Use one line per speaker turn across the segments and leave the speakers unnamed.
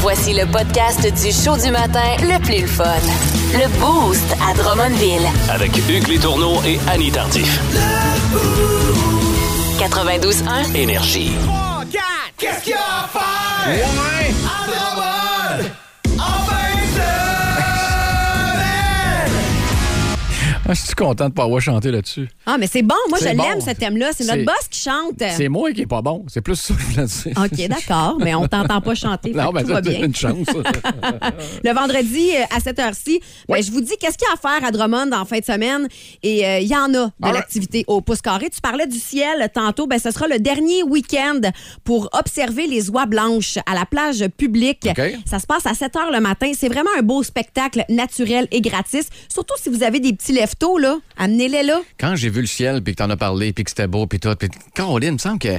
Voici le podcast du show du matin le plus le fun. Le Boost à Drummondville.
Avec Hugues Létourneau et Annie Tardif.
92.1.
Énergie.
Qu'est-ce qu'il y a à faire? À Drummond! En fin de semaine!
Ah, je suis content de pas avoir chanté là-dessus.
Ah, mais c'est bon. Moi, je
C'est bon.
l'aime, ce thème-là. C'est notre
C'est-
boss qui chante.
C'est moi qui est pas bon. C'est plus ça que je voulais dire.
OK, d'accord, mais on t'entend pas chanter. fait
Non,
que
mais
tout va
ça, c'est
bien.
une chance.
Le vendredi, euh, à cette heure-ci, ben,
Ouais.
je vous dis qu'est-ce qu'il y a à faire à Drummond en fin de semaine. Et euh, il y en a de
Alright.
l'activité au pouce carré. Tu parlais du ciel tantôt. Ben, ce sera le dernier week-end pour observer les oies blanches à la plage publique.
OK.
Ça se passe à 7 heures le matin. C'est vraiment un beau spectacle naturel et gratis. Surtout si vous avez des petits leftos, là, amenez-les là.
Quand j'ai vu le ciel, puis que t'en as parlé, puis que c'était beau, puis tout, puis Caroline, il me semble que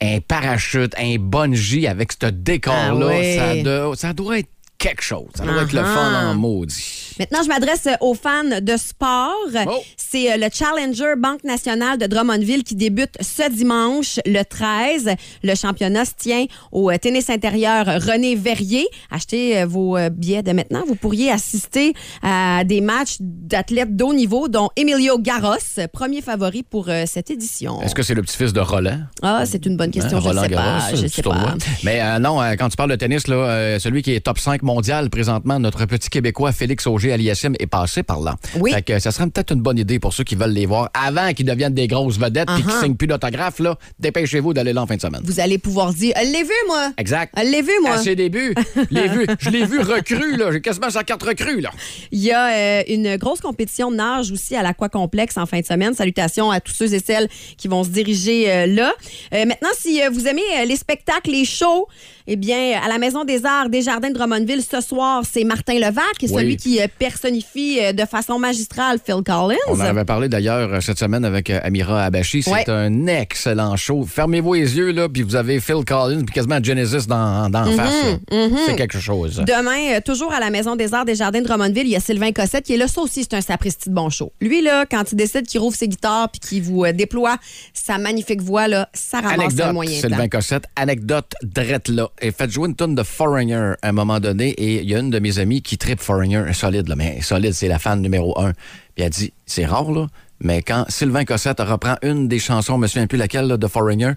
un parachute, un bungee avec ce décor-là,
Ah Uh-huh. oui.
ça, doit, ça doit être quelque chose. Ça doit être le
Ah-ha.
fun en maudit.
Maintenant, je m'adresse euh, aux fans de sport.
Oh.
C'est euh, le Challenger Banque nationale de Drummondville qui débute ce dimanche, le 13. Le championnat se tient au euh, tennis intérieur René Verrier. Achetez euh, vos euh, billets de maintenant. Vous pourriez assister à des matchs d'athlètes d'haut niveau, dont Emilio Garros, premier favori pour euh, cette édition.
Est-ce que c'est le petit-fils de Roland?
Ah, c'est une bonne question.
Hein,
je ne
Roland
sais
Garros,
pas. Je
tu
sais
tournois.
pas.
Mais euh, non, euh, quand tu parles de tennis, là, euh, celui qui est top 5 mondial présentement, notre petit Québécois Félix Auger aliassime est passé par là.
Oui.
Fait que euh, ça serait peut-être une bonne idée pour ceux qui veulent les voir avant qu'ils deviennent des grosses vedettes puis
Uh-huh.
qu'ils signent plus d'autographes. là. Dépêchez-vous d'aller là en fin de semaine.
Vous allez pouvoir dire, Elle l'ai vu, moi.
Exact.
Elle l'ai vu, moi.
À ses débuts, je l'ai vu, je l'ai vu recru, là. J'ai quasiment sa carte recrue, là.
Il y a euh, une grosse compétition de nage aussi à l'Aquacomplexe en fin de semaine. Salutations à tous ceux et celles qui vont se diriger euh, là. Euh, maintenant, si euh, vous aimez euh, les spectacles, les shows, eh bien, à la Maison des Arts des Jardins de Drummondville, ce soir, c'est Martin Levac, qui est
Oui.
celui qui euh, personnifie euh, de façon magistrale Phil Collins.
On en avait parlé d'ailleurs euh, cette semaine avec euh, Amira Abachi. C'est
Ouais.
un excellent show. Fermez-vous les yeux, là, puis vous avez Phil Collins, puis quasiment Genesis dans,
Mm-hmm,
dans la face. là. C'est quelque chose.
Demain, euh, toujours à la Maison des Arts des Jardins de Drummondville, il y a Sylvain Cossette qui est là. Ça aussi, c'est un sapristi de bon show. Lui, là, quand il décide qu'il rouvre ses guitares puis qu'il vous euh, déploie sa magnifique voix, là, ça ramasse le
Anecdote,
moyen temps.
Sylvain Cossette, anecdote drette là. Et faites jouer une tonne de Foreigner à un moment donné, et il y a une de mes amies qui tripe Foreigner, solide, là, mais solide, c'est la fan numéro un. Puis elle dit, c'est rare, là, mais quand Sylvain Cossette reprend une des chansons, je me souviens plus laquelle, là, de Foreigner,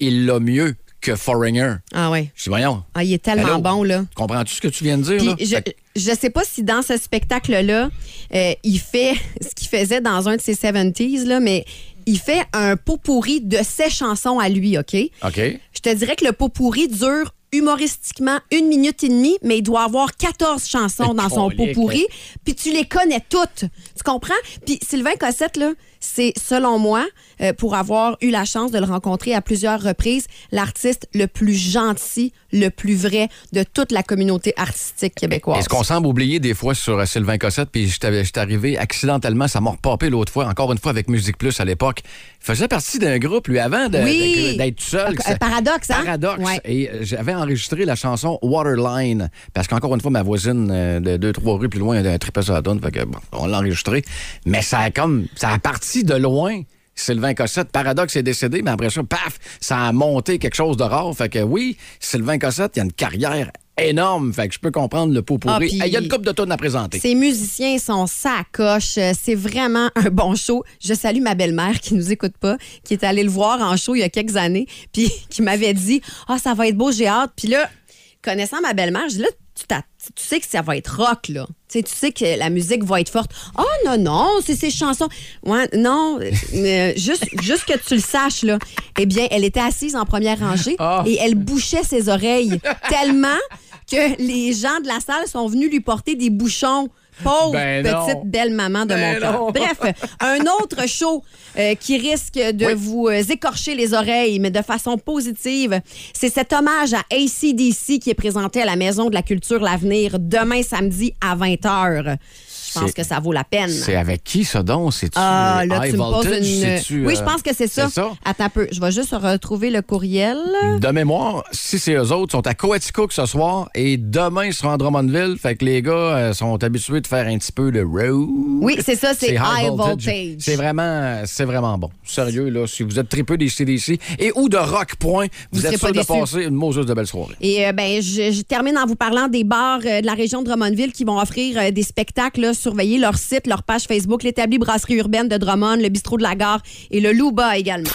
il l'a mieux que Foreigner.
Ah ouais.
Je dis, voyons.
Ah, il est tellement
Allô?
bon, là.
Comprends-tu ce que tu viens de dire,
Puis
là?
je,
Fait que
je sais pas si dans ce spectacle-là, euh, il fait ce qu'il faisait dans un de ses 70s, là, mais il fait un pot pourri de ses chansons à lui, OK?
OK.
Je te dirais que le pot pourri dure humoristiquement une minute et demie, mais il doit avoir 14 chansons dans son pot
Colique.
pourri, puis tu les connais toutes. Tu comprends? Puis Sylvain Cossette, là, c'est, selon moi, euh, pour avoir eu la chance de le rencontrer à plusieurs reprises, l'artiste le plus gentil, le plus vrai de toute la communauté artistique québécoise.
Est-ce qu'on semble oublier des fois sur euh, Sylvain Cossette, puis je t'avais- je suis arrivé accidentellement, ça m'a repopé l'autre fois, encore une fois avec Musique Plus à l'époque. Il faisait partie d'un groupe, lui, avant de-
Oui.
de- d'être tout seul.
Un- un paradoxe, hein?
Paradoxe.
Ouais.
Et euh, j'avais enregistré la chanson Waterline, parce qu'encore une fois, ma voisine euh, de deux, trois rues plus loin, elle tripait sur la donne, fait que bon, on l'a enregistré. Mais ça a comme, ça a parti de loin. Sylvain Cossette, Paradoxe est décédé, mais après ça, paf, ça a monté quelque chose de rare. Fait que oui, Sylvain Cossette, il a une carrière énorme. Fait que je peux comprendre le pot
Ah,
pourri.
puis-
Hey, Il y a une coupe de tonnes à présenter.
Ces musiciens sont sacoches. Euh, C'est vraiment un bon show. Je salue ma belle-mère qui nous écoute pas, qui est allée le voir en show il y a quelques années, puis qui m'avait dit Ah, ça va être beau, j'ai hâte. Puis là, connaissant ma belle-mère, je dis Là, tu, t'as- tu sais que ça va être rock, là. Tu sais, tu sais que la musique va être forte. Ah, non, non, c'est ces chansons. Ouais, non, euh, juste, juste que tu le saches, là. Eh bien, elle était assise en première rangée
Ah.
et elle bouchait ses oreilles tellement que les gens de la salle sont venus lui porter des bouchons. Pauvre
Ben non.
petite belle maman de
Ben
mon cœur.
non.
Bref, un autre show euh, qui risque de
Oui.
vous euh, écorcher les oreilles, mais de façon positive, c'est cet hommage à ACDC qui est présenté à la Maison de la Culture L'Avenir demain samedi à 20h. Je je pense
C'est-
que ça vaut la peine.
C'est avec qui, ça, donc? C'est-tu
Ah, là,
High
tu me poses
Voltage?
une.
C'est-tu,
oui,
euh,
je pense que c'est ça.
C'est ça?
Attends un peu. Je vais juste retrouver le courriel.
De mémoire, si c'est eux autres, ils sont à Coaticook ce soir et demain, ils seront à Drummondville. Fait que les gars euh, sont habitués de faire un petit peu de road.
Oui, c'est ça, c'est High Voltage.
C'est vraiment, c'est vraiment bon. Sérieux, là, si vous êtes tripeux des CDC et ou de Rock Point, vous,
Vous serez
êtes sûr
pas
de
déçus.
passer une mauvaise de belle soirée.
Et euh, ben, je, je termine en vous parlant des bars euh, de la région de Drummondville qui vont offrir euh, des spectacles. là. Surveillez leur site, leur page Facebook, l'établi brasserie urbaine de Drummond, le bistrot de la gare et le Louba également.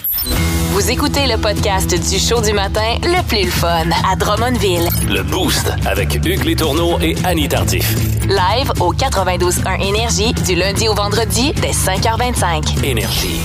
Vous écoutez le podcast du show du matin le plus le fun à Drummondville.
Le Boost avec Hugues Létourneau et Annie Tardif.
Live au 92.1 Énergie du lundi au vendredi dès 5h25.
Énergie.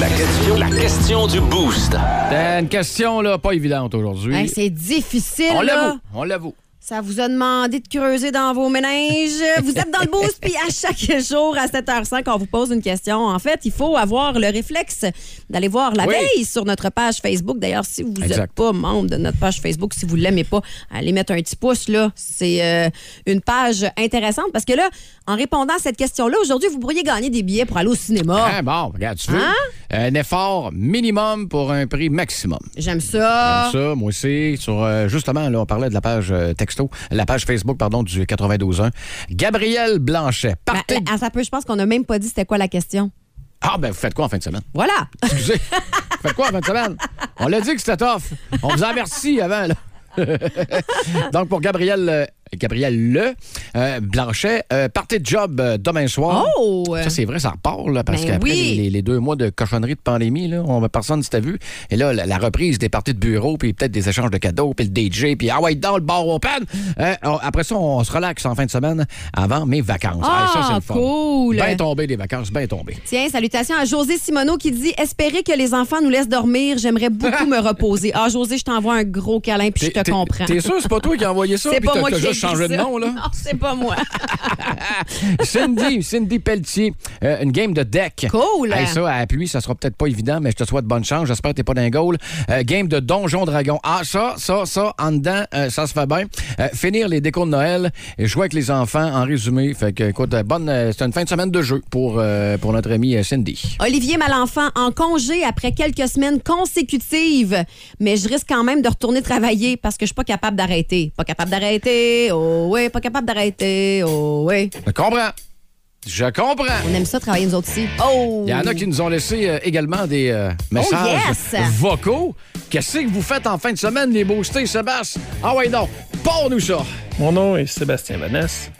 La question, la question du Boost.
C'est une question, là, pas évidente aujourd'hui.
Hey, c'est difficile.
on
là.
l'avoue, on l'avoue.
Ça vous a demandé de creuser dans vos méninges. Vous êtes dans le boost, puis à chaque jour, à 7h05, on vous pose une question. En fait, il faut avoir le réflexe d'aller voir la
Oui.
veille sur notre page Facebook. D'ailleurs, si vous
Exact.
n'êtes pas membre de notre page Facebook, si vous ne l'aimez pas, allez mettre un petit pouce. là. C'est euh, une page intéressante parce que là, en répondant à cette question-là, aujourd'hui, vous pourriez gagner des billets pour aller au cinéma.
Hein, bon, regarde, tu veux
Ah. Hein?
un effort minimum pour un prix maximum.
J'aime ça.
J'aime ça, moi aussi. Sur, euh, justement, là, on parlait de la page euh, texto, la page Facebook, pardon, du 92.1. Gabriel Blanchet,
Ben,
partez.
là, ça peut, je pense qu'on n'a même pas dit c'était quoi la question.
Ah, ben, vous faites quoi en fin de semaine?
Voilà.
Excusez. vous faites quoi en fin de semaine? On l'a dit que c'était tough. On vous en remercie avant, là. Donc, pour Gabriel, euh, Gabriel Le euh, Blanchet, euh, partez de job euh, demain soir.
Oh!
Ça, c'est vrai, ça repart, là, parce
Ben
qu'après
oui.
les, les- les deux mois de cochonnerie de pandémie, là, on, personne ne s'était vu. Et là, la, la reprise des parties de bureau, puis peut-être des échanges de cadeaux, puis le DJ, puis ah ouais, dans le bar open. Euh, on- après ça, on se relaxe en fin de semaine avant mes vacances.
Ah,
ça, c'est le fun.
cool.
Bien tombé des vacances, bien tombé.
Tiens, salutations à José Simoneau qui dit Espérer que les enfants nous laissent dormir, j'aimerais beaucoup me reposer. Ah, José, je t'envoie un gros câlin puis je
T'es-
te
t'es-
comprends.
T'es sûr, c'est pas toi qui as envoyé ça?
C'est
puis
pas
t'as-
moi
t'as
qui ai
juste changé
écrit
de
ça.
nom, là?
Non, c'est pas moi.
Cindy, Cindy Pelletier, euh, une game de deck.
Cool.
Hey, ça, à la pluie, ça sera peut-être pas évident, mais je te souhaite bonne chance. J'espère que t'es pas d'un goal. Euh, game de Donjon Dragon. Ah, ça, ça, ça, en dedans, euh, ça se fait bien. Euh, finir les décos de Noël et jouer avec les enfants, en résumé. Fait que, écoute, euh, bonne, euh, c'est une fin de semaine de jeu pour, euh, pour notre ami euh, Cindy.
Olivier Malenfant en congé après quelques semaines consécutives, mais je risque quand même de retourner travailler parce que je suis pas capable d'arrêter. Pas capable d'arrêter. Oh ouais, pas capable d'arrêter. Oh ouais.
Je comprends. Je comprends.
On aime ça travailler nous autres ici. Oh.
Il y en a qui nous ont laissé euh, également des euh, messages
yes!
vocaux. Qu'est-ce que vous faites en fin de semaine, les boostés, Sébastien? Ah ouais, non, pars-nous ça!
Mon nom est Sébastien Vanesse.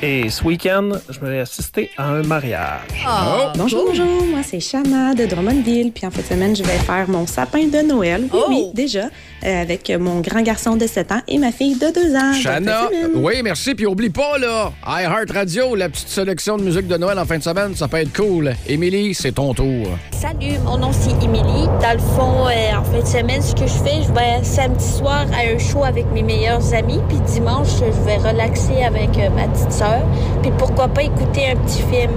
Et ce week-end, je vais assister à un mariage.
Ah!
Oh!
Bonjour, bonjour, moi c'est Shana de Drummondville, puis en fin de semaine, je vais faire mon sapin de Noël, oui,
Oh!
oui, déjà, euh, avec mon grand garçon de 7 ans et ma fille de 2
Ah,
ans. Bonne fin de
Chana,
semaine.
oui, merci. Puis oublie pas, là, iHeart Radio, la petite sélection de musique de Noël en fin de semaine, ça peut être cool. Émilie, c'est ton tour.
Salut, mon nom c'est Émilie. Dans le fond, euh, en fin de semaine, ce que je fais, je vais samedi soir à un show avec mes meilleurs amis, puis dimanche, je vais relaxer avec euh, ma petite sœur, puis pourquoi pas écouter un petit film.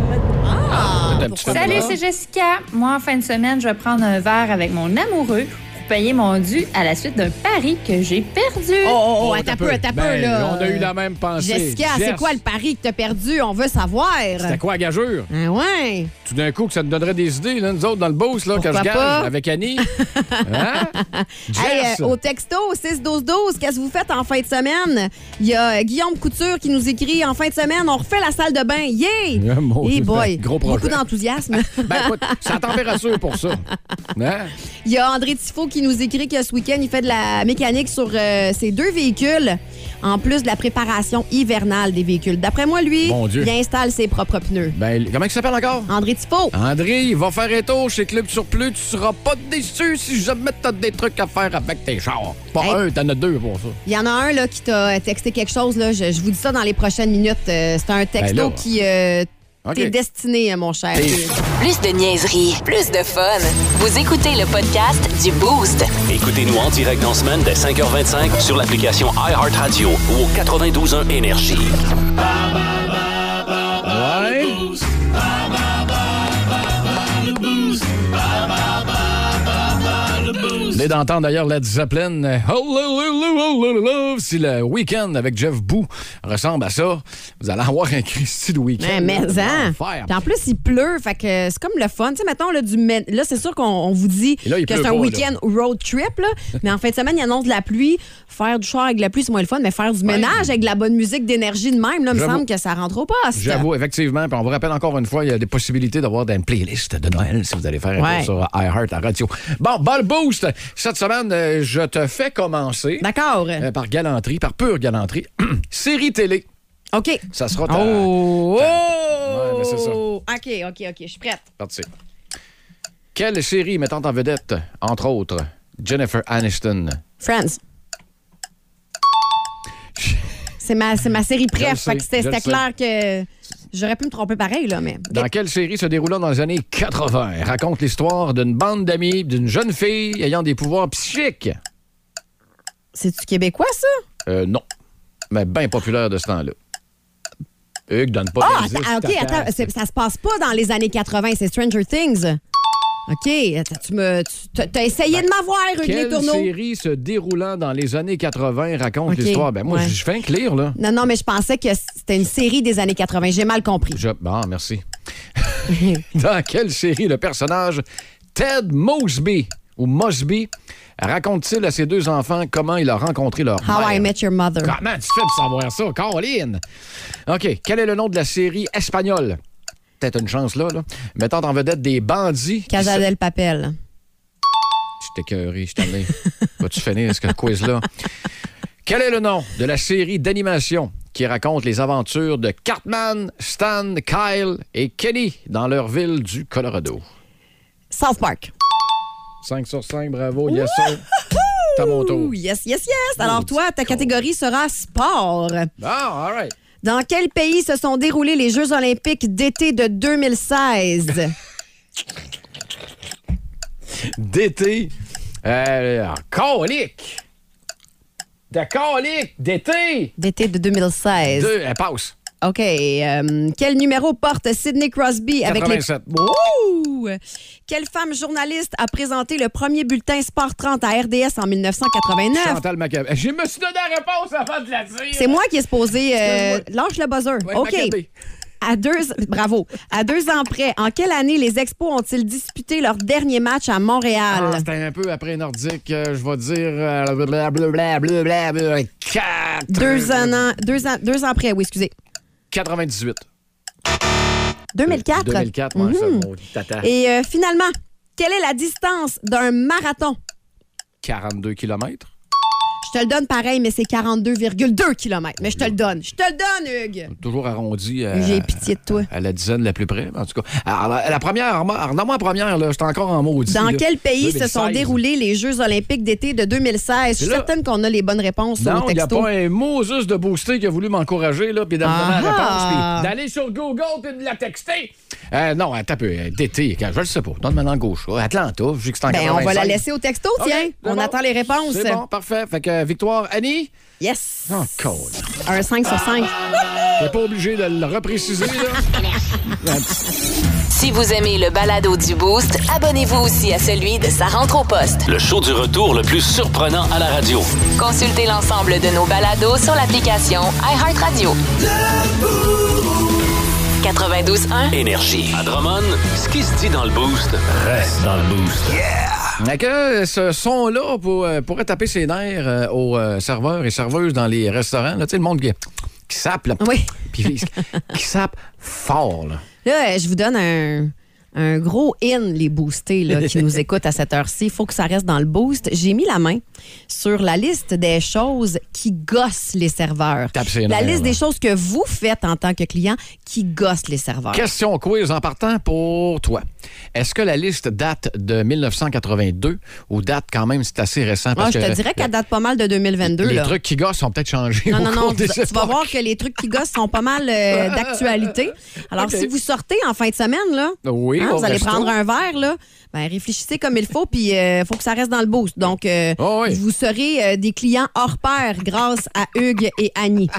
Ah,
Peut-être un petit peu de
Salut,
blanc.
c'est Jessica. Moi, en fin de semaine, je vais prendre un verre avec mon amoureux pour payer mon dû à la suite d'un pari que j'ai perdu.
Oh, oh, oh,
Oh,
attends
t'as
un peu, attends un peu,
Ben,
là.
On a eu la même pensée.
Jessica, c'est
Jess,
quoi le pari que t'as perdu? On veut savoir.
C'était quoi, gageure?
Ah ouais.
Tout d'un coup, que ça nous donnerait des idées, là, nous autres, dans le boss, là, que
Pourquoi
je gage
pas?
avec Annie. Hein?
Hey,
Jess!
euh, au texto 6 12 12, qu'est-ce que vous faites en fin de semaine Il y a euh, Guillaume Couture qui nous écrit en fin de semaine, on refait la salle de bain. Yeah!
Ah, mon
Hey
Dieu,
boy,
gros projet.
beaucoup d'enthousiasme.
Ben, écoute, c'est la température pour ça. Hein?
Il y a André Tifo qui nous écrit que ce week-end, il fait de la mécanique sur euh, ses deux véhicules, en plus de la préparation hivernale des véhicules. D'après moi, lui,
Mon Dieu.
il installe ses propres pneus.
Ben, comment il s'appelle encore?
André Tifo,
André, il va faire un tour chez Club Surplus. Tu seras pas déçu si jamais t'as des trucs à faire avec tes chars. Pas
Hey.
un, t'en as deux pour ça.
il y en a un là, qui t'a texté quelque chose. Là. Je, je vous dis ça dans les prochaines minutes. Euh, c'est un texto
Ben là.
qui euh,
OK.
t'est destiné, mon cher.
Plus de niaiserie, plus de fun. Vous écoutez le podcast du Boost.
Écoutez-nous en direct en semaine dès 5h25 sur l'application iHeartRadio ou au 92.1 Énergie.
Ouais. venez d'entendre d'ailleurs Led Zeppelin. euh, Hallelujah, Si le week-end avec Jeff Boo ressemble à ça, vous allez avoir un Christy de week-end.
Mais, mais hein.
Enfer.
Puis en plus, il pleut, fait que c'est comme le fun. Tu sais, mettons, là, du men- là c'est sûr qu'on on vous dit
Et là, il
que
pleut
c'est un
pas, là.
week-end road trip, là, mais en fin de semaine, il annonce de la pluie. Faire du char avec de la pluie, c'est moins le fun, mais faire du ménage avec de la bonne musique d'énergie de même, là, me
J'avoue.
semble que ça rentre au poste.
J'avoue, effectivement. Puis on vous rappelle encore une fois, il y a des possibilités d'avoir des playlists de Noël si vous allez faire un
Ouais.
tour sur iHeart à radio. Bon, ball boost. Cette semaine, euh, je te fais commencer
D'accord.
euh, par galanterie, par pure galanterie. Série télé.
OK.
Ça sera ta...
Oh!
Ouais, mais c'est ça.
OK, OK, OK, je suis prête.
Parti. Quelle série mettant en vedette, entre autres, Jennifer Aniston?
Friends. C'est ma, c'est ma série
Je le
préf,
sais,
fait que c'était
je le
c'était clair que j'aurais pu me tromper pareil, là, mais...
Dans quelle série se déroulant dans les années 80 elle raconte l'histoire d'une bande d'amis, d'une jeune fille ayant des pouvoirs psychiques?
C'est-tu québécois, ça?
Euh, non. Mais bien populaire de ce temps-là. Hugues donne pas
Ah,
d'indice,
attends, OK,
t'attends.
attends, c'est- ça se passe pas dans les années 80, c'est Stranger Things. OK, attends, tu me, tu- t'as- t'as essayé de m'avoir, Hugues Les
Quelle
Tourneaux.
série se déroulant dans les années 80 raconte
Ok,
l'histoire? Ben moi,
ouais.
je fais un clear, là.
Non, non, mais je pensais que c'était une série des années 80. J'ai mal compris.
Je... Bon, merci. dans quelle série le personnage Ted Mosby ou Mosby raconte-t-il à ses deux enfants comment il a rencontré leur
How
mère?
I Met Your Mother.
Comment tu fais pour savoir ça, Caroline? OK. Quel est le nom de la série espagnole? Peut-être une chance là, là. Mettant en vedette des bandits. qui
Casa
se-
del Papel.
Je t'ai écoeuré, je t'en ai. Vas-tu finir ce quiz-là? Quel est le nom de la série d'animation qui raconte les aventures de Cartman, Stan, Kyle et Kenny dans leur ville du Colorado?
South Park.
5 sur 5, bravo, yes sir. T'as mon tour.
Ouh, yes, yes, yes. Alors toi, ta catégorie sera sport.
Ah, all right.
Dans quel pays se sont déroulés les Jeux olympiques d'été de 2016?
D'été. Euh, en colique. De colique, d'été.
d'été de 2016.
Deux, elle passe.
OK. euh, quel numéro porte Sidney Crosby avec les...
87.
Ouh! Quelle femme journaliste a présenté le premier bulletin Sport 30 à RDS en 1989?
Chantal Euh, Maccabé. Je me suis donné la réponse avant de la dire.
Ah. C'est moi qui ai supposé... euh, lâche le buzzer.
Ouais,
OK.
Maccabé.
À deux... Bravo. À deux ans près, en quelle année les Expos ont-ils disputé leur dernier match à
Ah,
Montréal?
C'était un peu après Nordique, euh, je vais dire. euh, blablabla, blablabla, quatre-
deux, ans, en- deux, ans, deux ans près, oui, excusez.
98.
2004.
2004, moi, ça, mon tata.
Mhm. Et euh, finalement, quelle est la distance d'un marathon?
42 km.
Je te le donne pareil, mais c'est 42,2 km. Mais je te le donne. Je te le donne, Hugues.
Toujours arrondi. à-
J'ai pitié de toi.
À la dizaine la plus près, en tout cas. Alors, la, la première, en moi première, là, j'étais encore en maudit.
Dans
là.
quel pays se sont
2016.
déroulés les Jeux olympiques d'été de 2016? Je suis
Là-
certaine qu'on a les bonnes réponses au
Non, il n'y a
texto.
pas un mot juste de boosté qui a voulu m'encourager, là, puis de me donner la
Ah!
réponse, puis d'aller sur Google, puis de la texter. Euh, non, attends un peu. euh, D'été, quand- je le sais pas. Donne-moi dans gauche. là. Atlanta, vu que c'est en
Ben, on va la
96.
laisser au texto,
OK,
tiens.
c'est
on
bon.
attend les réponses.
C'est bon, parfait. Fait que euh, victoire, Annie.
Yes.
Oh, cool.
Un 5 sur 5.
T'es pas obligé de le repréciser, là.
Si vous aimez le balado du Boost, abonnez-vous aussi à celui de Sa rentre au poste.
Le show du retour le plus surprenant à la radio.
Consultez l'ensemble de nos balados sur l'application iHeartRadio. 92.1.
Énergie. À Drummond, ce qui se dit dans le boost reste dans le boost.
Fait que euh, ce son-là pour, euh, pourrait taper ses nerfs euh, aux euh, serveurs et serveuses dans les restaurants. Là, tu sais, le monde qui, qui sape, là.
Oui.
Puis, qui sape fort, là.
Là, euh, je vous donne un, un gros in, les boostés là, qui nous écoutent à cette heure-ci. Il faut que ça reste dans le boost. J'ai mis la main sur la liste des choses qui gossent les serveurs.
Tape ses
La
nerfs,
liste
là.
des choses que vous faites en tant que client qui gossent les serveurs.
Question quiz en partant pour toi. Est-ce que la liste date de 1982 ou date quand même, c'est assez récent?
Ah,
parce
je te
que
dirais qu'elle date pas mal de 2022.
Les
là.
trucs qui gossent ont peut-être changé.
Non,
au
non,
cours
non, tu,
des
tu vas
époques.
voir que les trucs qui gossent sont pas mal euh, d'actualité. Alors,
Ok.
si vous sortez en fin de semaine, là,
Oui,
hein,
au
vous allez
resto.
prendre un verre, là, ben, réfléchissez comme il faut, puis il faut que ça reste dans le boost. Donc, euh,
Oh oui.
vous serez euh, des clients hors pair grâce à Hugues et Annie.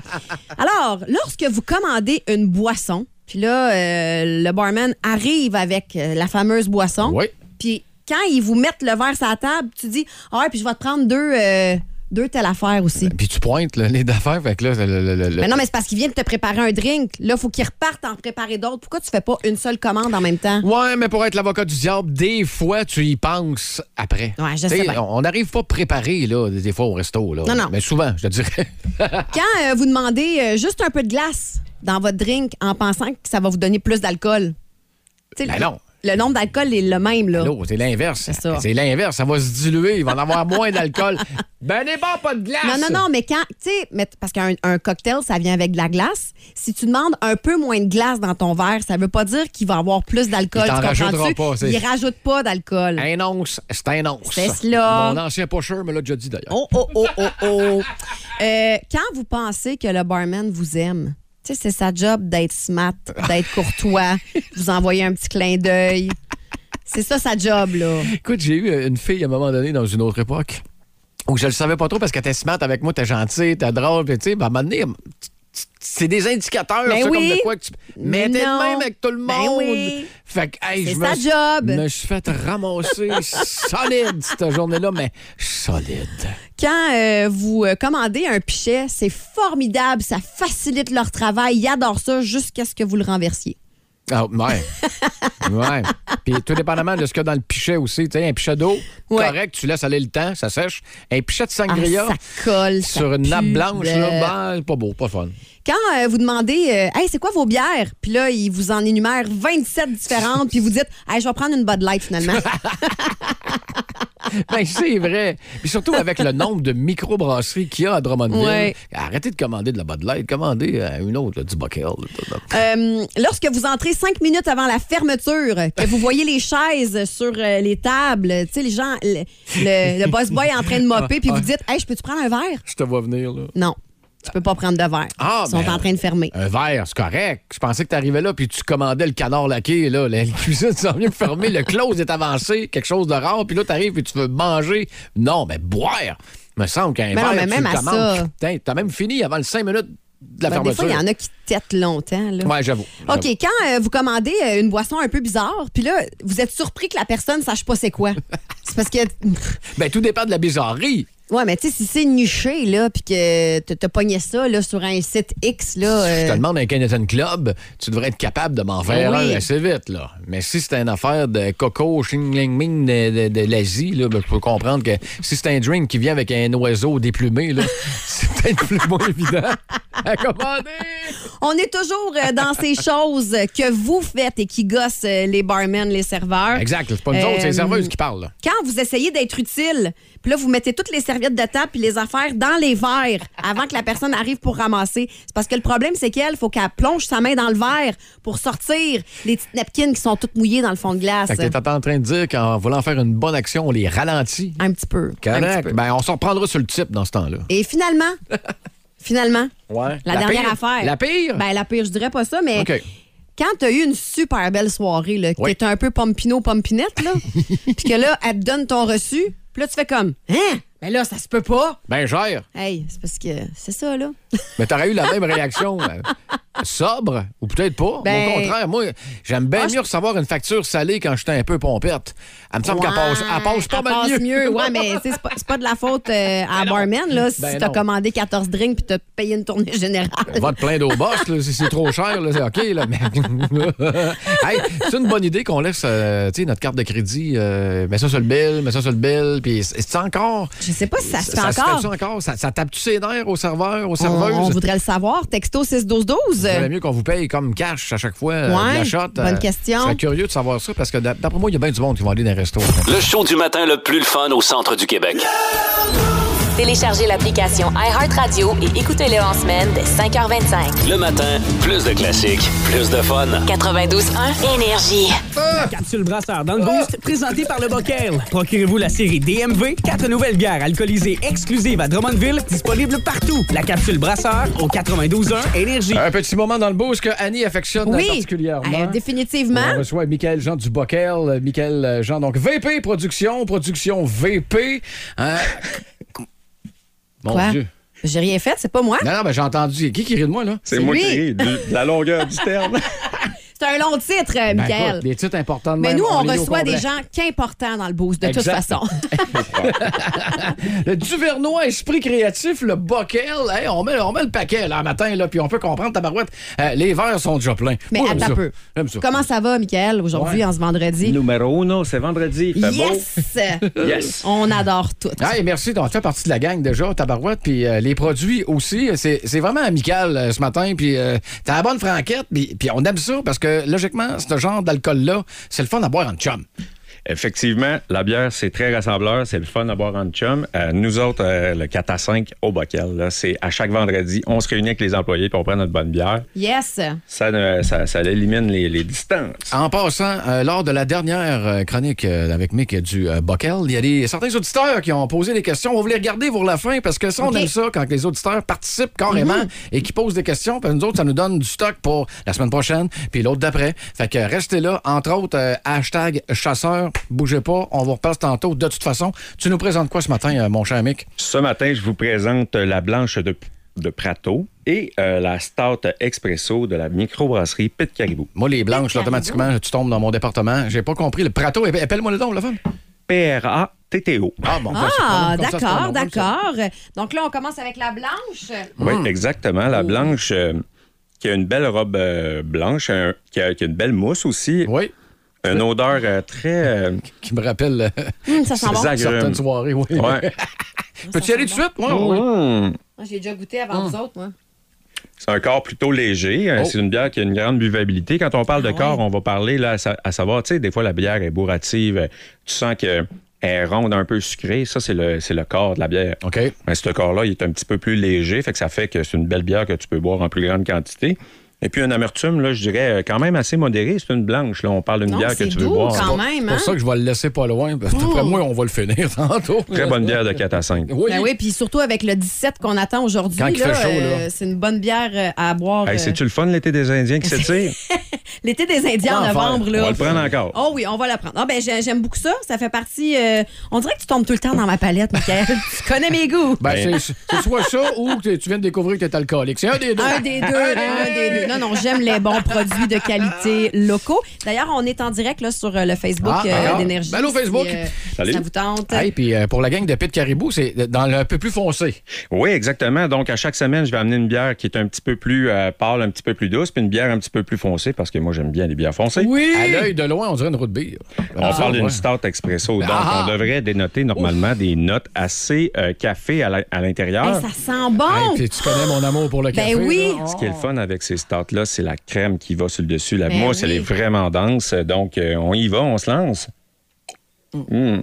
Alors, lorsque vous commandez une boisson, puis là, euh, le barman arrive avec euh, la fameuse boisson,
Oui.
puis quand ils vous mettent le verre sur la table, tu dis Ah, puis je vais te prendre deux, euh, deux telle affaire aussi.
Puis tu pointes le nez d'affaires, fait que là, le- le- le- le-
Mais non, mais c'est parce qu'ils viennent te préparer un drink. Là, il faut qu'ils repartent en préparer d'autres. Pourquoi tu fais pas une seule commande en même temps?
Ouais, mais pour être l'avocat du diable, des fois, tu y penses après.
Ouais, je sais
T'sais,
bien.
On on n'arrive pas préparé, là, des des fois, au resto. Là.
Non, non.
Mais souvent, je te dirais.
Quand euh, vous demandez euh, juste un peu de glace dans votre drink en pensant que ça va vous donner plus d'alcool, tu sais,
Ben
le-
non.
le nombre d'alcool est le même. là.
L'eau, c'est l'inverse.
C'est ça.
C'est l'inverse. Ça va se diluer. Il va en avoir moins d'alcool. Ben, n'est pas pas de glace.
Non, non, non, mais quand, tu sais, mais- parce qu'un un cocktail, ça vient avec de la glace. Si tu demandes un peu moins de glace dans ton verre, ça veut pas dire qu'il va avoir plus d'alcool.
Il t'en
tu comprends-tu?
rajoutera pas, c'est-
Il rajoute pas d'alcool.
Un once, c'est un once.
C'est cela.
Mon ancien pocheur me l'a déjà dit, d'ailleurs.
Oh, oh, oh, oh, oh. Euh, quand vous pensez que le barman vous aime, tu sais, c'est sa job d'être smart, d'être courtois, vous envoyer un petit clin d'œil. C'est ça sa job, là.
Écoute, j'ai eu euh, une fille à un moment donné dans une autre époque où je le savais pas trop parce que t'es smart avec moi, t'es gentil, t'es drôle, puis tu sais, ben, à un moment donné, t- t- c'est des indicateurs,
Ben
ça,
oui.
comme de quoi que tu. Mais,
Mais
t'es
non.
de même avec tout le monde.
Ben oui.
Fait que, hey,
C'est
je me
sa
suis-
job.
me suis fait ramasser solide cette journée-là, mais solide.
Quand euh, vous euh, commandez un pichet, c'est formidable, ça facilite leur travail. Ils adorent ça jusqu'à ce que vous le renversiez.
Ah, ouais. ouais. Puis tout dépendamment de ce qu'il y a dans le pichet aussi. Tu sais, un pichet d'eau,
Ouais.
correct, tu laisses aller le temps, ça sèche. Un pichet de
Ah,
sangria
ça colle. ça
sur une nappe
pue,
blanche,
euh,
là, ben, pas beau, pas fun.
Quand euh, vous demandez euh, Hey, c'est quoi vos bières? Puis là, ils vous en énumèrent 27 différentes, puis vous dites Hey, je vais prendre une Bud Light finalement.
Ben, c'est vrai. Puis surtout avec le nombre de microbrasseries qu'il y a à Drummondville.
Ouais.
Arrêtez de commander de la Bud Light, commandez euh, une autre, là, du Buckle.
Euh, lorsque vous entrez cinq minutes avant la fermeture, que vous voyez les chaises sur euh, les tables, tu sais, les gens, le, le- le boss boy est en train de mopper, puis vous dites Hey, je peux-tu prendre un verre?
Je te vois venir, là.
Non, tu peux pas prendre de verre.
Ah,
Ils sont
ben,
en train de fermer.
Un verre, c'est correct. Je pensais que tu arrivais là puis tu commandais le canard laqué. Là. La, la cuisine s'en vient fermée, le close est avancé, quelque chose de rare. Puis là, tu arrives et tu veux manger. Non, mais boire. me semble qu'un
Mais Ben non,
verre,
mais
tu
même
le
à
commandes.
ça.
Putain, t'as même fini avant le 5 minutes de la
Ben, des
fermeture.
fois, il y en a qui têtent longtemps. Là.
Ouais, j'avoue.
OK, quand euh, vous commandez euh, une boisson un peu bizarre, puis là, vous êtes surpris que la personne sache pas c'est quoi. c'est parce que.
j'avoue. Ben, tout dépend de la bizarrerie.
Ouais, mais tu sais, si c'est niché, là, puis que t'as- t'as pogné ça, là, sur un site X, là.
Si je te
euh, Ben
demande un Canadian Club, tu devrais être capable de m'en faire
Oui.
un assez vite. Là. Mais si c'est une affaire de coco, shingling-ming de, de, de l'Asie, là, ben, je peux comprendre que si c'est un drink qui vient avec un oiseau déplumé, là, c'est peut-être plus moins évident à commander.
On est toujours euh, dans ces choses que vous faites et qui gossent euh, les barmen, les serveurs.
Exact, c'est pas nous autres, c'est les
Euh,
serveuses qui parlent. là.
Quand vous essayez d'être utile, puis là, vous mettez toutes les serviettes de table puis les affaires dans les verres avant que la personne arrive pour ramasser. C'est parce que le problème, c'est qu'elle, faut qu'elle plonge sa main dans le verre pour sortir les petites napkins qui sont toutes mouillées dans le fond de glace.
Fait que t'es en train de dire qu'en voulant faire une bonne action, on les ralentit.
Un petit peu. un petit
Correct.
peu.
Ben, on s'en reprendra sur le type dans ce temps-là.
Et finalement, finalement,
Ouais.
la, dernière
pire?
affaire.
La pire?
Ben, la pire, je dirais pas ça, mais
OK.
quand t'as eu une super belle soirée, là, que
Oui.
t'es un peu pompino pompinette, là, puis que là, elle te donne ton reçu, puis là, tu fais comme, hein? Ben là, ça se peut pas.
Ben, gère.
Hey, c'est parce que c'est ça, là.
Mais t'aurais eu la même réaction. euh, sobre, ou peut-être pas.
Ben-
Au contraire, moi, j'aime bien
Ah, je-
mieux recevoir une facture salée quand j'étais un peu pompette. Elle me semble qu'elle passe, elle passe pas
Elle
mal
passe
mieux.
Ouais, mais tu sais, c'est pas, c'est pas de la faute euh, à la barman, là, si
Ben
t'as
non.
commandé 14 drinks puis t'as payé une tournée générale.
On va te plaindre au boss, là, si c'est trop cher, là, c'est OK, là, mais... Hey, c'est une bonne idée qu'on laisse euh, tu sais, notre carte de crédit, euh, mets ça sur le bill, mets ça sur le bill, puis c'est c'est encore...
Je sais pas si ça se fait
Ça
encore.
fait encore? Ça, ça tape-tu ses nerfs au serveur, aux
On,
serveuses?
on voudrait le savoir. Texto 6 12 12
Il vaudrait mieux qu'on vous paye comme cash à chaque fois euh,
Euh, Ouais,
de la shot.
bonne question.
Je serais curieux de savoir ça parce que d'a- d'après moi, il y a bien du monde qui va aller dans les restos. hein.
Le show du matin le plus le fun au centre du Québec.
Téléchargez l'application iHeartRadio et écoutez-le en semaine dès 5h25.
Le matin, plus de classiques, plus de fun.
92.1 Énergie.
Capsule brasseur dans le boost, présenté par le Bockel. Procurez-vous la série DMV, quatre nouvelles bières alcoolisées exclusives à Drummondville, disponibles partout. La capsule brasseur au 92.1 Énergie.
Un petit moment dans le beau, ce que Annie affectionne
Oui.
particulièrement.
Euh, définitivement.
On reçoit Michael Jean du Bockel, euh, Michael euh, Jean, donc VP Production, Production VP. hein. Mon
Quoi?
Dieu.
J'ai rien fait, c'est pas moi.
Non, non, ben, j'ai entendu. Qui qui rit de moi, là?
C'est lui.
de la longueur du terme.
C'est C'est un long titre, euh,
Ben,
Michael.
écoute, des titres importants de
Mais
même,
nous, on
les lit au
reçoit des
complet.
gens qu'importants dans le boost, de toute
Exact.
façon.
Le Duvernois, esprit créatif, le Bockel, hey, on, met, on met le paquet là, le matin, là, puis on peut comprendre, tabarouette, euh, les verres sont déjà pleins.
Mais
Moi, j'aime
attends un
ça.
peu.
J'aime ça.
Comment ça va, Michael, aujourd'hui,
Ouais.
en ce vendredi?
Numéro uno, c'est vendredi. Il fait beau.
Yes!
Yes.
On adore tout.
Hey, merci, donc, tu fais partie de la gang déjà, tabarouette, puis euh, les produits aussi, euh, c'est c'est vraiment amical euh, ce matin, puis euh, t'as la bonne franquette, puis puis on aime ça, parce que logiquement, ce genre d'alcool-là, c'est le fun à boire en chum.
Effectivement, la bière, c'est très rassembleur. C'est le fun à boire en chum. Euh, nous autres, euh, le 4 à 5 au bocal, là, c'est à chaque vendredi, on se réunit avec les employés pour prendre notre bonne bière.
Yes!
Ça, euh, ça, ça élimine les, les distances.
En passant, euh, lors de la dernière euh, chronique euh, avec Mick du euh, Bockel, il y a des, certains auditeurs qui ont posé des questions. On va vous les regarder pour la fin parce que ça, on
Ok.
aime ça quand les auditeurs participent carrément et qui posent des questions. Puis nous autres, ça nous donne du stock pour la semaine prochaine puis l'autre d'après. Fait que restez là. Entre autres, euh, hashtag chasseur, bougez pas. On vous repasse tantôt. De toute façon, tu nous présentes quoi ce matin, euh, mon cher Mick?
Ce matin, je vous présente la blanche de, de Prato et euh, la stout expresso de la microbrasserie Pit Caribou.
Moi, les blanches, là, automatiquement, tu tombes dans mon département. J'ai pas compris. Le Prato, appelle-moi le don, le fun.
P-R-A-T-T-O.
Ah bon, ben, c'est
Ah,
comme ça, c'est pas
d'accord,
bon.
d'accord. Donc là, on commence avec la blanche.
Oui, exactement. La blanche euh, qui a une belle robe euh, blanche, un- qui, a, qui a une belle mousse aussi.
Oui.
Une odeur euh, très.
qui me rappelle. euh,
Hum, ça sent bon.
Certaines soirées, oui.
Ouais.
Peux-tu y aller tout de suite? Ah Ouais, ouais.
Mmh.
Moi, j'ai déjà goûté
Hum.
avant vous autres, moi.
C'est un corps plutôt léger. hein.
Oh.
C'est une bière qui a une grande buvabilité. Quand on parle de corps, on va parler là, à, sa- à savoir, tu sais, des fois la bière est bourrative. euh, Tu sens qu'elle est ronde, un peu sucrée. Ça, c'est le, c'est le corps de la bière.
OK.
Mais ce corps-là, il est un petit peu plus léger. Fait que ça fait que c'est une belle bière que tu peux boire en plus grande quantité. Et puis une amertume, là, je dirais, euh, quand même assez modérée. C'est une blanche. Là, on parle d'une
Non,
bière que
c'est
tu veux
doux
boire.
quand même, C'est pour hein? ça que je vais le laisser pas loin. parce que D'après moi, on va le finir tantôt.
Oh. Très bonne bière de 4 à 5.
Ben oui, puis surtout avec le 17 qu'on attend aujourd'hui.
Quand il
là,
fait chaud, là.
euh, C'est une bonne bière euh, à boire.
Hey,
euh,
C'est-tu le fun l'été des Indiens qui s'étire?
L'été des Indiens en
On va en faire.
novembre. Là.
On va le prendre encore.
Oh oui, on va la prendre. Ah, ben, j'ai- j'aime beaucoup ça. Ça fait partie. euh, on dirait que tu tombes tout le temps dans ma palette, Michael. tu connais mes goûts.
Ben, c'est c'est soit ça ou que tu viens de découvrir que t'es alcoolique. C'est un des deux.
Un des deux, un des deux. Non, non, j'aime les bons produits de qualité locaux. D'ailleurs, on est en direct là, sur euh, le Facebook
Ah,
euh,
d'accord.
d'Énergie.
Ben, allô, Facebook.
si, euh,
Salut.
Ça vous tente.
Hey, puis euh, pour la gang de Pit Caribou, c'est dans le un peu plus foncé.
Oui, exactement. Donc, à chaque semaine, je vais amener une bière qui est un petit peu plus euh, pâle, un petit peu plus douce, puis une bière un petit peu plus foncée, parce que moi, j'aime bien les bières foncées.
À l'œil de loin, on dirait une route bière.
On parle d'une start expresso, donc
Ah!
on devrait dénoter normalement des notes assez euh, café à la- à l'intérieur.
Hey, ça sent bon.
Puis tu connais mon amour pour le
Oh.
café.
Ben oui.
là.
Ce qui est le fun avec ces starts-là, c'est la crème qui va sur le dessus. La
Ben
mousse, elle
oui.
est vraiment dense. Donc, euh, on y va, on se lance. Mm.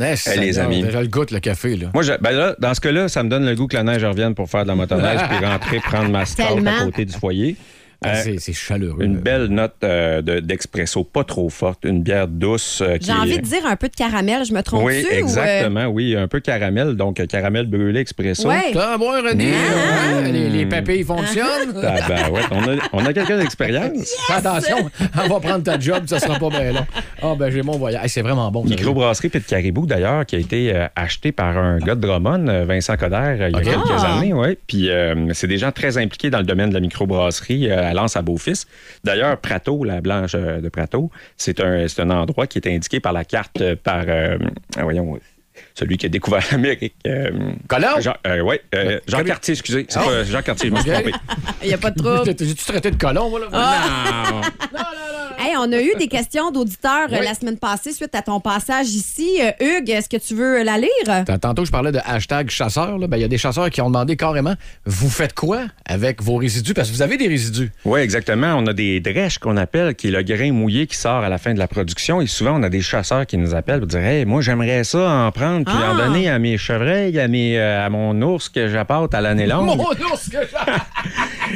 Eh,
Eh, les
Seigneur,
amis.
Je le goûte, le café, là.
Moi, je- ben là, dans ce cas-là, ça me donne le goût que la neige revienne pour faire de la motoneige puis rentrer prendre ma start
Tellement.
à côté du foyer.
Ah,
Euh,
c'est chaleureux.
Une belle note euh, de- d'expresso, pas trop forte, une bière douce. euh, qui
J'ai envie
est-
de dire un peu de caramel. Je me trompe-tu?
Oui,
ou, euh,
exactement, oui, un peu caramel, donc euh, caramel brûlé expresso.
Ouais.
T'as à boire, René.
Ah,
Mmh.
Ouais, Les, les papilles fonctionnent.
Tabarouette, Ah, ben, on a, on a quelqu'un d'expérience.
Fais Attention, on va prendre ta job, ça sera pas bien long. Ah, ben j'ai mon voyage. Hey, c'est vraiment bon. ça.
Microbrasserie Pit Caribou, d'ailleurs, qui a été euh, acheté par un gars de Drummond, euh, Vincent Coderre, euh, il y a
Ok.
quelques
Ah.
années. Ouais. Puis euh, c'est des gens très impliqués dans le domaine de la microbrasserie euh, à Lens à Beaufils. D'ailleurs, Prato, la blanche euh, de Prato, c'est un, c'est un endroit qui est indiqué par la carte euh, par, euh, ah, voyons, euh, celui qui a découvert l'Amérique. Euh,
Oh!
Jean, euh, ouais, euh, Jean Cartier, excusez. C'est
Ah.
pas Jean Cartier, je me suis
Ok.
trompé.
Il n'y a pas de trouble.
J'ai-tu Euh, traité de colon, moi, là? Ah,
Non.
Hey, on a eu des questions d'auditeurs euh,
Oui.
la semaine passée suite à ton passage ici. Euh, Hugues, est-ce que tu veux la lire?
Tant- Tantôt, je parlais de hashtag chasseur. là. Ben, Il y a des chasseurs qui ont demandé carrément Vous faites quoi avec vos résidus Parce que vous avez des résidus.
Oui, exactement. On a des drèches qu'on appelle, qui est le grain mouillé qui sort à la fin de la production. Et souvent, on a des chasseurs qui nous appellent pour dire Hey, moi, j'aimerais ça en prendre, puis en donner à mes chevreuils, à, mes, euh, à mon ours que j'apporte à l'année longue.
Mon ours que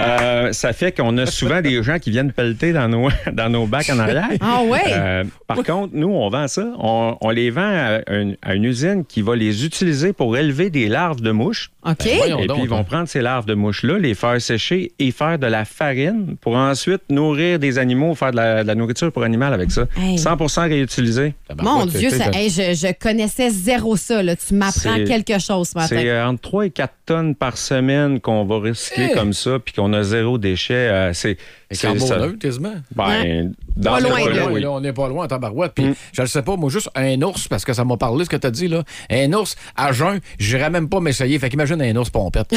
Euh, ça fait qu'on a souvent des gens qui viennent pelleter dans nos, dans nos bacs en arrière.
Ah ouais?
Euh, par contre, nous, on vend ça. On, on les vend à une, à une usine qui va les utiliser pour élever des larves de mouches.
OK.
Ben,
Et
Voyons
puis,
donc,
ils vont
hein.
prendre ces larves de mouches-là, les faire sécher et faire de la farine pour ensuite nourrir des animaux, faire de la, de la nourriture pour animal avec ça.
Hey.
100 réutilisé.
Mon Dieu, ça- hey, je, je connaissais zéro ça. là. Tu m'apprends
C'est- euh,
quelque chose ce matin.
C'est euh, entre 3 et 4 tonnes par semaine qu'on va recycler
Hey!
comme ça, puis qu'on on a zéro déchet. euh, c'est c'est
carbone
ça.
neutre, quasiment.
Ben,
Hein?
Ouais.
dans
Pas
ce
loin
cas-là,
de.
oui.
Là, on n'est pas loin en tabarouette. Puis,
Mm.
je ne sais pas, moi, juste un ours, parce que ça m'a parlé, ce que tu as dit, là. Un ours à jeun, j'irais même pas m'essayer. Fait qu'imagine un ours pompette.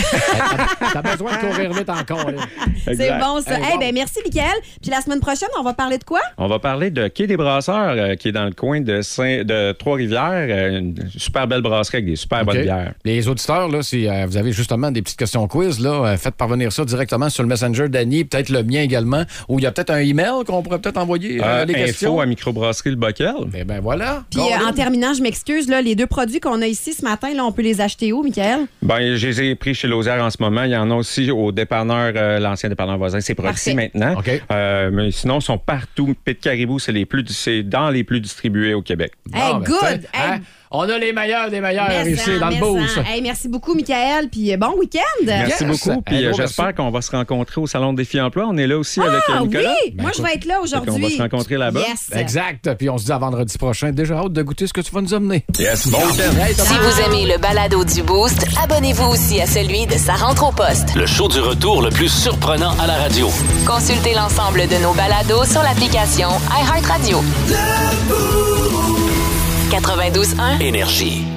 T'as besoin de courir vite encore, là.
C'est bon, ça.
Hey,
Eh ben merci, Michael. Puis la semaine prochaine, on va parler de quoi?
On va parler de Quai des Brasseurs, euh, qui est dans le coin de, Saint- de Trois-Rivières. euh, une super belle brasserie avec des super bonnes
OK.
bières.
Les auditeurs, là, si euh, vous avez justement des petites questions quiz, là, euh, faites parvenir ça directement sur le Messenger d'Annie, peut-être le mien également, ou il y a peut-être un email qu'on pourrait peut-être envoyer euh,
Euh,
des questions.
info à microbrasserie Le Bocal.
Eh bien, voilà.
Puis euh, en terminant, je m'excuse, là, les deux produits qu'on a ici ce matin, là, on peut les acheter où, Michael?
Ben, je les ai pris chez Lausière en ce moment. Il y en a aussi au dépanneur, euh, l'ancien dépanneur voisin. C'est
Parfait.
Proxy maintenant. Euh, mais sinon, ils sont partout. Pit Caribou, c'est les plus, c'est dans les plus distribués au Québec.
Hey,
Bon, ben,
good!
t'sais,
Hey,
hein, on a les meilleurs des
Ah,
meilleurs
mais
ici,
en,
dans le
mais
boost.
en. Hey, merci beaucoup, Michael. Puis euh, bon week-end.
Merci beaucoup. Puis euh,
gros
j'espère qu'on va se rencontrer au Salon des filles emploi. On est là aussi avec euh,
Ah oui!
Nicolas.
Moi, je vais être là
on va
aujourd'hui.
se rencontrer là-bas.
Yes.
Exact. Puis on se dit à vendredi prochain. Déjà hâte de goûter ce que tu vas nous amener.
Yes, bon
Hey, Thomas.
Si vous aimez le balado du Boost, abonnez-vous aussi à celui de Sa rentre au poste.
Le show du retour le plus surprenant à la radio.
Consultez l'ensemble de nos balados sur l'application iHeartRadio. 92.1
Énergie.